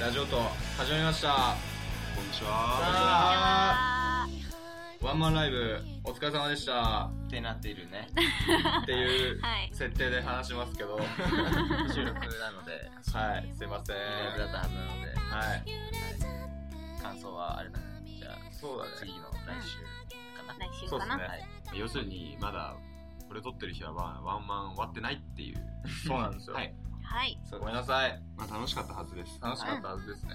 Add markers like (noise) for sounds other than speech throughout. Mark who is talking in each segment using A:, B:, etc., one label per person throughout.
A: ラジオと始まりました
B: こんにち
A: さ
B: は。
A: あ
C: あ
A: ワンマンライブお疲れ様でした
B: ってなっているね。
A: っていう
C: はい
A: 設定で話しますけどはい
B: 収録なので、
A: すいません
B: ライブだったはずなので、
A: はい
B: 感想はあれだね。じゃあ、
A: そうだね
B: 次の来週かな。
C: 来週か
A: そう
C: な、
A: っすね
B: はい。要するに、まだ、これ撮ってる日はワンワンマン終わってないっていう。
A: そうなんですよ、
B: はい。
C: はい
A: そうごめんなさい
B: まあ楽しかったはずです。
A: 楽しかったはずですね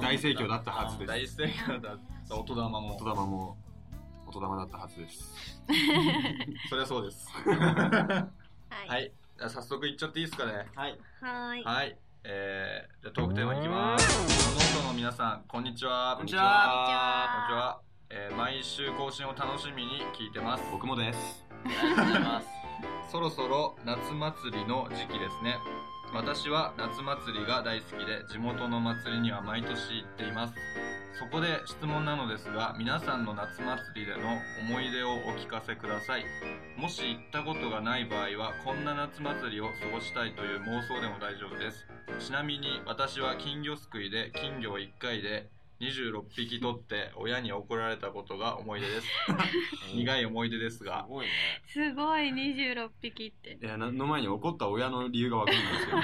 B: 大大盛況だったはずです。
A: 大盛況だった音玉も
B: 音玉も、音玉だったはずです。
A: そりゃそうです
C: は
A: はいいじゃあ早速いっちゃっていいですかね
B: はい。
C: はーい
A: はいえー、じゃあトークテーマいきますノートの皆さんこんにちは
B: こんにち
A: こんにち
B: は
A: は、えー毎週更新を楽しみに聞いてます
B: 僕もです。
A: そろそろ夏祭りの時期ですね私は夏祭りが大好きで地元の祭りには毎年行っていますそこで質問なのですが皆さんの夏祭りでの思い出をお聞かせくださいもし行ったことがない場合はこんな夏祭りを過ごしたいという妄想でも大丈夫ですちなみに私は金魚すくいで金魚を1回で26匹取って親に怒られたことが思い出です苦い思い出ですが
B: ごいね。
C: すごい26匹って
B: いや、なの前に怒った親の理由がわかんないです (laughs) けど、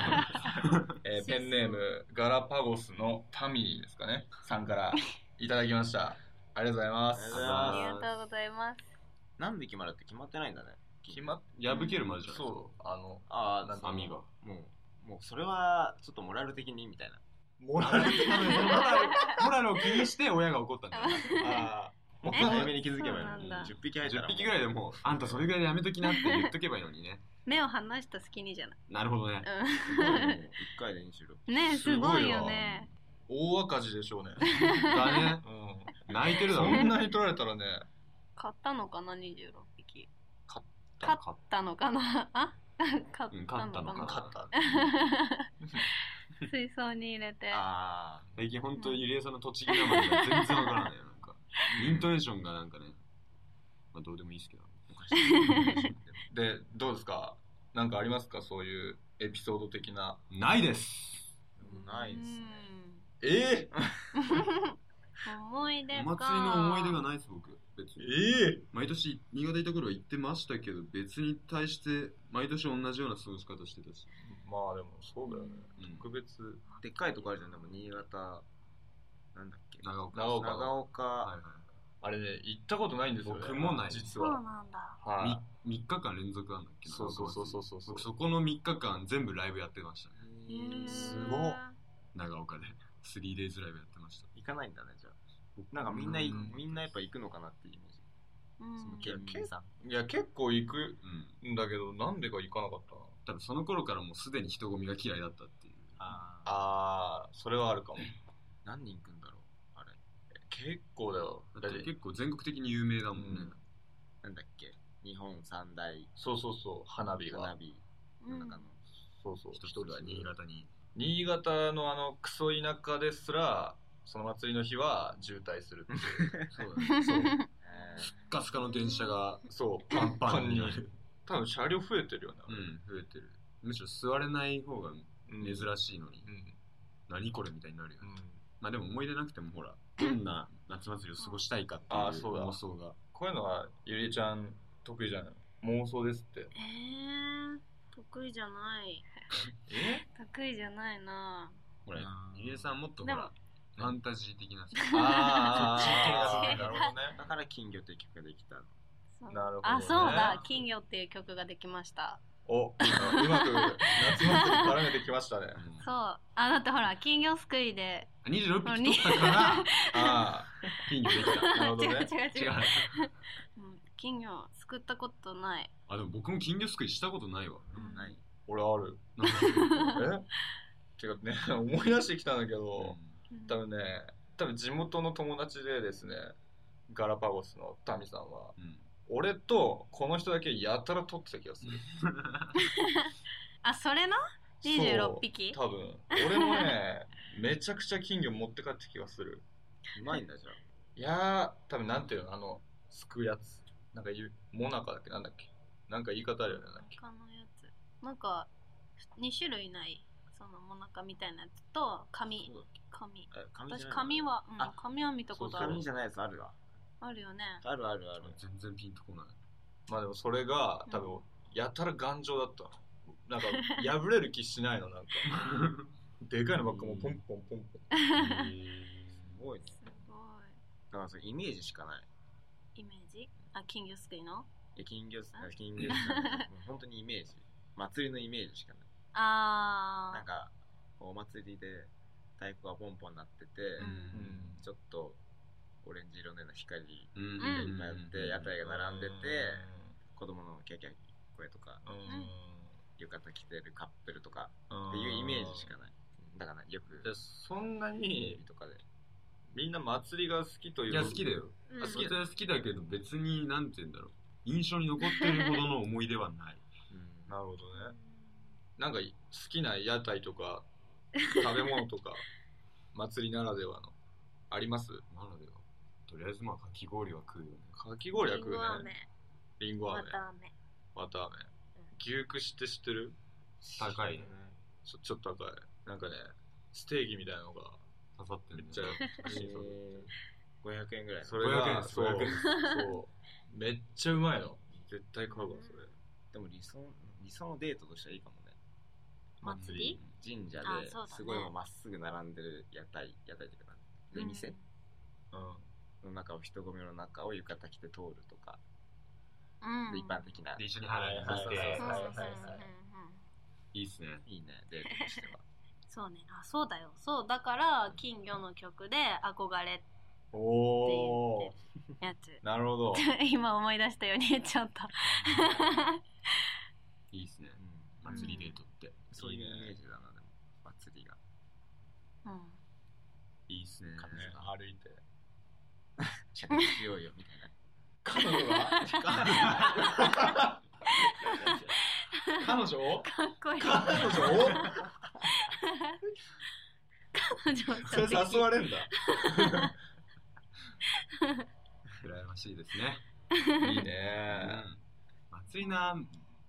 A: えーペンネームガラパゴスのタミーですかねさんからいただきましたありがとうございます
B: ありがとうござい
C: あ
B: ま
C: りがとうございます
D: 何匹までって決まってないんだね。
A: 決まっ
B: 破けるまでじゃないです
A: そうあの
D: あ
A: なん
D: あ、
A: か
B: か。網が。
D: もう、もうそれはちょっとモラル的にみたいな。
A: もらえ
B: 多分モラルモラルを気にして親が怒ったん (laughs) だよ。
A: あー
D: もっと早めに気づけばいいの
C: そう
D: に。
C: なんだ
D: 10匹入ったら
B: 10
D: もう。
B: 匹ぐらいでもう、あんたそれぐらいでやめときなって言っとけばいいのにね。
C: 目を離した隙にじゃない、
B: なるほどね。
D: 1回で26。
C: うん、ねえ
A: す
C: す
A: ご
C: ご
A: い
C: い
A: わ
C: よね
A: (laughs) 大赤字でしょうね、
B: だね。
A: う
B: 泣いてるだろ。
A: ん、そんなに取られたらね
C: 買ったのかな26匹
A: 買った
C: 買ったのかなあ買った
B: う
C: の
B: ん
C: か
B: 買
C: な
B: ったのかな
A: 勝った
C: (laughs) 水槽に入れて
D: あ
B: 最近本当にゆりえさんの栃木名前が全然わからないよ。なんか、イントネーションがなんかね、まあどうでもいいですけど。おかしい
A: でどうですかなんかありますかそういうエピソード的な
B: ないです。
D: あ、ないですね。
A: え
C: うん (laughs) 思い出か
B: お祭りの思い出がないです、僕。別
A: え
B: に。
A: え
B: 毎年、新潟いた頃は行ってましたけど、別に対して、毎年同じような過ごし方してたし。
A: まあでもそうだよね
B: うん
A: 特別
D: でっかいとこあるじゃん。でも新潟、なんだっけ。
B: 長岡。
A: 長岡
D: 長岡、
B: はいはい
A: あれね行ったことないんですよ、ね、
B: 僕もない
A: 実
C: そう
A: は
C: なんだ
A: はい、
B: み3日間連続なんだっけな
A: そうそうそうそうそう
B: 僕そこの3日間全部ライブやってましたね
D: え
C: へえ
D: ー
A: すごっ
B: 長岡で 3days ライブやってました
D: 行かないんだね、じゃあ。なんかみんな、
A: うん
D: みんなやっぱ行くのかなっていうイメージ。
C: うん
D: その
A: いや
D: 県民さん。
A: いや結構行く
B: うん
A: んだけどなんでか行かなかったな
B: 多分その頃からもうすでに人混みが嫌いだったっていう
D: ああ。
A: あーそれはあるかも
D: 何人行くんだろうあれ。
A: 結構だよ
B: だ
A: だ
B: っ
A: ってて
B: 結構全国的に有名だもんね、
A: うん
D: なんだっけ。日本三大
A: そうそうそう花火が
D: 花火
C: う
D: の
C: ん
D: 中の。
A: そうそう
B: 一つは新潟に
A: 新潟のあのクソ田舎ですらその祭りの日は渋滞するっていう
B: そうだねそう
D: えー
B: ガスカの電車が
A: そう
B: パ
A: パ
B: ン
A: ン
B: パ
A: パ
B: ン
A: ンに
B: に
A: 多分車両増えてるよね
B: う、ん増えてるむしろ座れない方が
A: うん
B: 珍
A: い、
B: しいのに、
A: うん
B: 何これみたいになるよ、
A: う
B: ね
A: ん
B: まあでも思い出なくてもほらどんな夏祭りを過ごしたいかっていう
A: あーそうだ
B: 妄想が
A: こういうのはゆりえちゃん得意じゃない妄想ですって
C: (laughs) えー、得意じゃない
A: え
C: 得意じゃないな
B: ほら
D: あー
B: 入江さんもっとほ
C: で
B: ら
C: も
B: ファンタジー的なさ
A: あ
B: そっ
A: あ
B: ち系
A: な
B: だ
A: るほどね
D: だから金魚という曲ができた。
C: そう
A: なるほどね
C: あそうだ「金魚」っていう曲ができました
A: おうまく夏祭り絡めてきましたね
B: うん
C: そうあだってほら金魚すくいで
B: 26匹取ったから
A: あ
B: 金魚できた
A: あなるほどね
C: (laughs) 違う違う違
B: 違
C: う
B: う
C: うん金魚すくったことない
B: あでも僕も金魚すくいしたことないわ
C: うん
D: ない。
A: 俺ある
B: なんか
A: えてかね (laughs) 思い出してきたんだけど、
C: うん
A: 多分ね多分地元の友達でですねガラパゴスのタミさんは
B: うん
A: 俺とこの人だけやたら撮ってた気がする
C: あそれの
A: そう
C: 26匹
A: 多分俺もねめちゃくちゃ金魚持って帰った気がする
D: うまいんだじゃあ。
A: いやー多分なんていうのあのすくやつなんかゆモナカだっけなんだっけなんか言い方あるよねなんだっけ
C: 他のやつなんか2種類ないそのもなかみたいなやつと紙
D: そうだっけ
C: 紙
D: え紙じ
C: 私
D: ゃない
C: 紙は、うん
D: あ、
C: 紙は見たことある
D: 紙じゃないやつあるわ
C: あるよね
D: あるあるある
B: 全然ピンとこない
A: まあでもそれが多分やたら頑丈だったのなんか破れる気しないのなんかでかいのばっかもうポンポンポンポン
D: すごいね
C: すご
D: だからそれイメージしかない
C: いイメージあ金魚すくいの
D: え金魚す
C: あ
D: 金魚すくいもう本当にイメージ祭りのイメージしかない
C: あ
D: なん
C: ー
D: かお祭りで太鼓がポンポンなってて、
A: うん
D: ちょっとオレンジ色のような光
B: うん
C: ん
D: がいっぱいあって、屋台が並んでて、
A: う
D: 子供のキャキャ声とか
A: ん
D: 浴衣着てるカップルとか
A: うん
D: っていうイメージしかないだからよく
A: じゃあそんな
D: テレ
A: に
D: ビとかで
A: みんな祭りが好きという
B: いや好きだよ
C: うん
B: 好きだ好きだけど別になんて言うんだろう印象に残ってるほどの思い出はない
A: なるほどねなんか好きな屋台とか食べ物と (laughs) か祭りならではのあります
B: なのではとりあえずまあかき氷は食うよね
A: かき氷は食う
C: りんご
A: ね
C: 飴
A: りんご飴
C: わたあめ
A: わたあめ牛串って知ってる
B: 高いね
A: ちょちょっと高いなんかねステーキみたいなのが
B: 刺さって
A: め
B: る
A: っ
B: ん
A: ちゃ
B: だよね
A: 安いそう
D: えー500円ぐらいの
A: それが
B: 500円です
A: そう
B: 500円です
A: そうめっちゃうまいの絶対買うわそれ
D: でも理想理想のデートとしてはいいかもね
C: 祭り
D: 神社
C: あ
D: で
C: そうだね
D: すごいもうまっすぐ並んでる屋台屋台っていうかなで店の中を人混みの中を浴衣着て通るとか
C: うん、うん、
D: で一般的な
B: で一緒に花火見
A: はい
B: て
C: そう
A: はい
C: そうそう
A: はい
C: うんうんうん
B: いいっすね
D: いいねデートとしては
C: そうねあそうだよそうだから金魚の曲で憧れっ
A: お
C: て
A: お
C: 言ってやつ
A: なるほど
C: (laughs) 今思い出したように言っちゃった
B: いいっすね
D: うん
B: 祭りデートって
D: そういう
A: いいね
D: イメージだなでも祭りが
C: うん
B: いいっすね
D: 彼女が
A: 歩いて
D: 社会しようよみたいな
A: 彼女が彼女を
C: かっこいい
A: 彼女を
C: 彼女
A: それ誘われんだ
B: 羨ましいですね
A: いいね
B: うん祭りな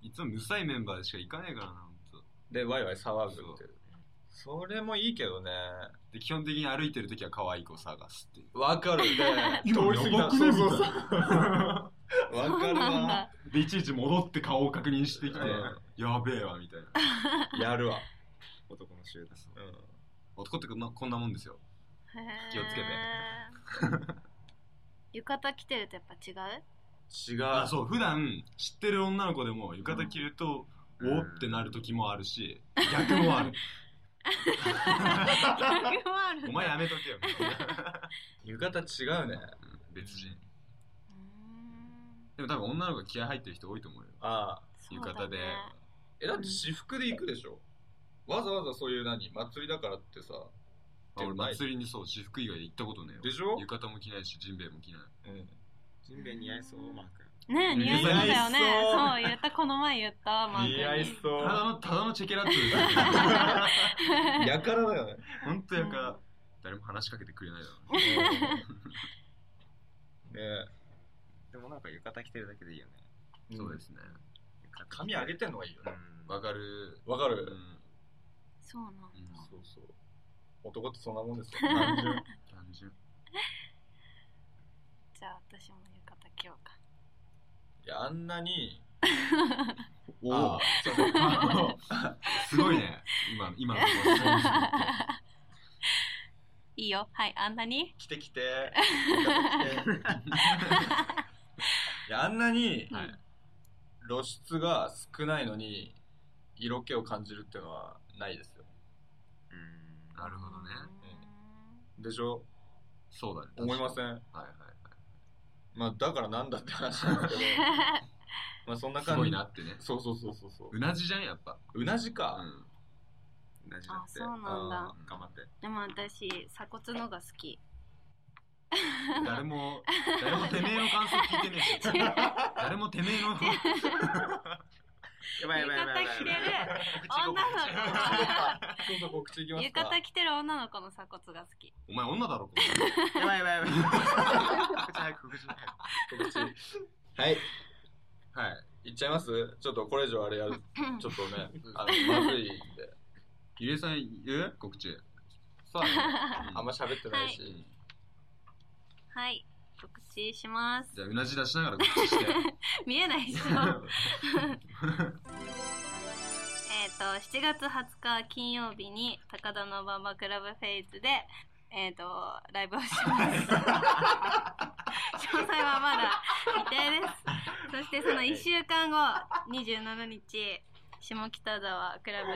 B: いつもむさいメンバーでしか行かねえからなほんと
A: でワイワイ騒ぐっていうそれもいいけどね
B: で基本的に歩いてる時は可愛い子を探すっていう
A: わかるね
B: 今
A: 通り過ぎた
B: やばくね
A: そうそうそう
B: み
A: わか
C: そう
A: る
C: なん
A: わ
C: だ
B: (laughs) でいちいち戻って顔を確認してきて
A: う
B: やべえわみたいな
A: やるわ
D: 男の集団
B: 男ってこんなこんなもんですよ
C: へー
B: 気をつけて
C: 浴衣着てるとやっぱ違う (laughs)
A: 違う
B: あそう普段知ってる女の子でも浴衣着ると、
D: うん
B: おーってなる時もあるし逆も (laughs) ある
C: 逆もあるんだ
B: お前やめとけよ
A: 浴衣違うね
B: 別人
C: うーん
B: でも多分女の子が気合入ってる人多いと思うよ
A: ああ
C: そうだね
B: 浴衣で
A: えだって私服で行くでしょわざわざそういう何祭りだからってさ
B: あ俺祭りにそう私服以外で行ったことねえよ
A: でしょ
B: 浴衣も着ないしジンベエも着ない
A: うん
D: ジンベエ似合いそうマー君
C: ねえ似合いそうだよね
A: 似合いそう
C: そう言ったこの前言ったマー君に
A: 似合いそ
B: (laughs) ただ
A: う
B: のただのチェケラッチョですよ (laughs)
A: やからだよね
B: ほんとやか
C: う
B: ら
C: ん
B: 誰も話しかけてくれないだろう
A: ね
B: ね
A: え
D: でもなんか浴衣着てるだけでいいよね
B: そうですね
D: 浴衣着て
A: 髪上げてんのがいいよね
D: うん
B: わかる
A: わかる、
B: うん
C: (laughs) そうなんだ
A: そうそう男ってそんなもんです (laughs) よ単純
B: 単純
C: じゃあ私も浴衣着ようか
A: い (laughs) やあんなに
B: お
A: あ
B: おすごいね今の (laughs) 今のところ
C: いいよはいあんなに
A: 来て来て来て来て (laughs) いやあんなに
C: はい
A: 露出が少ないのに色気を感じるっていうのはないですよ
D: うん
B: なるほどね
A: でしょ
B: そうだね
A: 思いませ
B: ん
A: ん
B: はいはい
A: まあだからなんだって話なん (laughs) ですけどまあそんな
B: はいす
A: 感じ
B: ごいなってね
A: そうそうそうそうそう
B: うなじじゃんやっぱ
A: うなじ
B: う
A: か、
B: ん
D: 同じだ
C: あ
D: って
C: そうなんだ
D: あー頑張って
C: でも私鎖骨のが好き
B: 誰も誰もてめえの感想聞いてね (laughs) えし
C: 違う
B: 誰もてめえの (laughs)
D: やばい
C: 浴
D: やばいやばいやばい
C: 衣着てる女の
B: (laughs)
A: そうそう告知いきます
C: 子
A: か
C: 浴衣着てる女の子の鎖骨が好き
B: お前女だろこ
D: やばいやばいやばい告知早く告知早く
A: 告知はいはいいっちゃいますちょっとこれ以上あれやるちょっとねあのまずいんで
B: ゆりえさん言う告知。
D: そうだね。あんま喋ってないし。
B: う
C: は
B: ん
C: はい告知します
B: じゃあ、うなじ出しながら告知して。
C: 見えないでしょえっと7月20日金曜日に高田の馬場クラブフェイズでえっ、とライブを
B: (laughs)
C: します詳細はまだ未定ですそしてその1週間後27日下北沢クラブ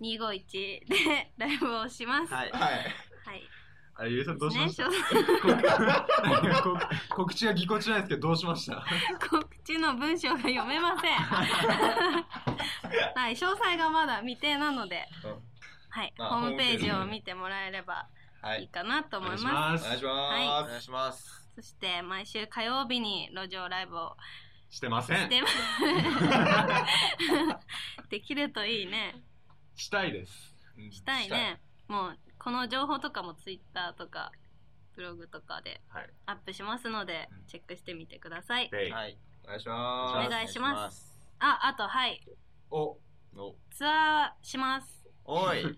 C: 251でライブをしますはい、
D: い。はい。
B: あれ、ゆりえさんどうし
C: ね
B: ま
C: 詳
B: した
C: 細
B: 告告 (laughs) 知はぎこちないですけど、どうしました
C: 告知の文章が読めま
D: (laughs)
C: せんはい詳細がまだ未定なので、
D: うん
C: はい、
D: まあ
C: ホームページを見てもらえれば
D: はい
C: い
D: い。
C: かなと
B: お
C: 思います,、
B: ま
D: お願いし
C: は
D: ま
C: い
D: す。お願いします。
C: そして毎週火曜日に路上ライブを
B: してませ
C: し
B: ん。
C: てますできるといいね
B: したいです。
D: うん
C: したい。ねもうこの情報とかもツイッターとかブログとかで
D: はい
C: アップしますのでチェックしてみてください
D: したいはい。お願いします。。
B: お
C: 願いしますああとはい
D: お、お、
C: ツアーします (laughs)
D: おい。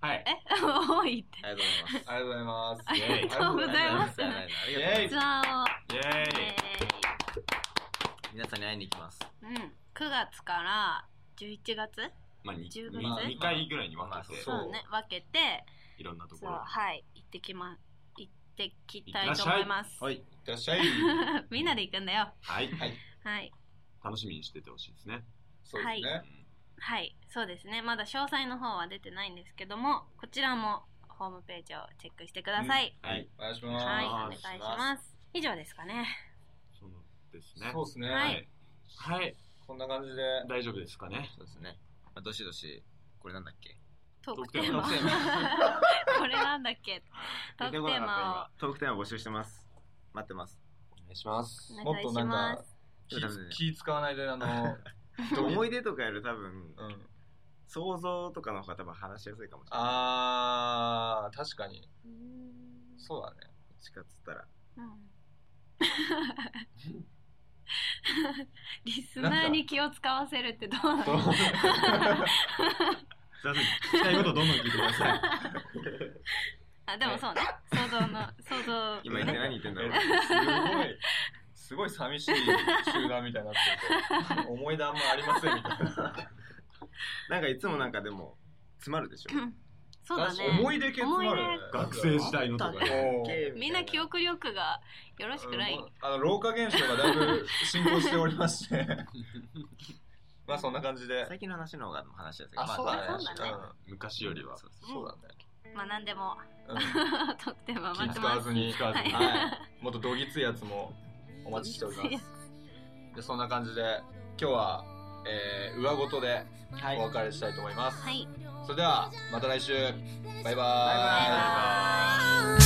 B: はい。
C: え多いって
D: ありがとうございます。
A: ありがとうございます。
C: ありがとうございます
D: ありがとうございますありがとうござい
C: ツ
D: ます。
C: アーを
B: イェ
C: え
B: ーイ
C: ー
D: 皆さんに会いに行きます。
C: うん、9月から11月
B: まあ、に
C: 10
B: に
C: 月
B: 二回ぐらいに分けて、
D: そう
C: そうね分けて
B: いろんなとこ
C: そう
B: ろ
C: はい行ってきま行ってきたいと思います
D: はい。
A: いってらっしゃい。
C: (laughs) みんなで行くんだよ
B: はい。
C: はい
B: 楽しみにしててほしいですね。
A: そうです
B: う
A: ね。
B: ん
C: はいそうですねまだ詳細の方は出てないんですけどもこちらもホームページをチェックしてください、
B: はい。
A: お願いし
B: うん
C: はいお
A: ま
C: 願いします以上ですかね
B: そうです
A: す。
B: ね。
A: そうですね。
C: はい
B: い。はい。
A: こんな感じで。
B: 大丈夫ですかね。
D: そうですね。まあ、どしどし、これなんだっけ
C: トークテ
B: トーク
C: ー
B: テー
C: マ
B: マ
C: (laughs) これなんだっけトークテーマ
D: トークテーマ募集してます。待ってます。
A: お願いします
C: お願いし
A: も
C: ます
A: っとなんか、気
D: 多分ね
A: 気使わないで、あ
D: (laughs)
A: の、
D: 思い出とかより多分、
A: うん。
D: 想像とかの方が多分話しやすいかもしれない。
A: あー、確かに。
C: をうん
A: そうだね。
D: どっちかっつったら。
C: うん (laughs) リスナーに気を使わせるってどうなの
A: どう
B: すいません。聞きたいことどんどん聞いてください。
C: あでもそうね想像の想像
D: (laughs) 今言って何言ってんだろう。
A: えすごい、すごい寂しい集団みたいになってるけど思い出あんまありませんみたいな。
D: なんかいつもなんかでも、詰まるでしょ。
A: (laughs)
C: そうだね
A: 思い出結構あるね。
B: 学生時代のところ。
A: おー
C: みんな記憶力がよろしくない、
A: うんあの老化現象がだいぶ進行しておりまして
D: (laughs)
A: まあそんな感じで
D: 最近の話の方が話しやすい。
A: あ
D: ま
A: そうだね
C: あそうだね
B: 昔よりは。
D: そうそう
A: うんそうだね、
C: まあ何でも (laughs)
A: うん
C: とっても待っ
A: 気
C: て
A: 使わ
C: ます
A: ずに
B: 気使わずに
A: はいもっとどぎついやつもお待ちしておりますでそんな感じで今日は、えー、上ごとで
D: はい
A: お別れしたいと思います、
C: はい
A: それではまた来週バイバーイ
D: バイバーイ
C: バイバ
E: Oh
C: イ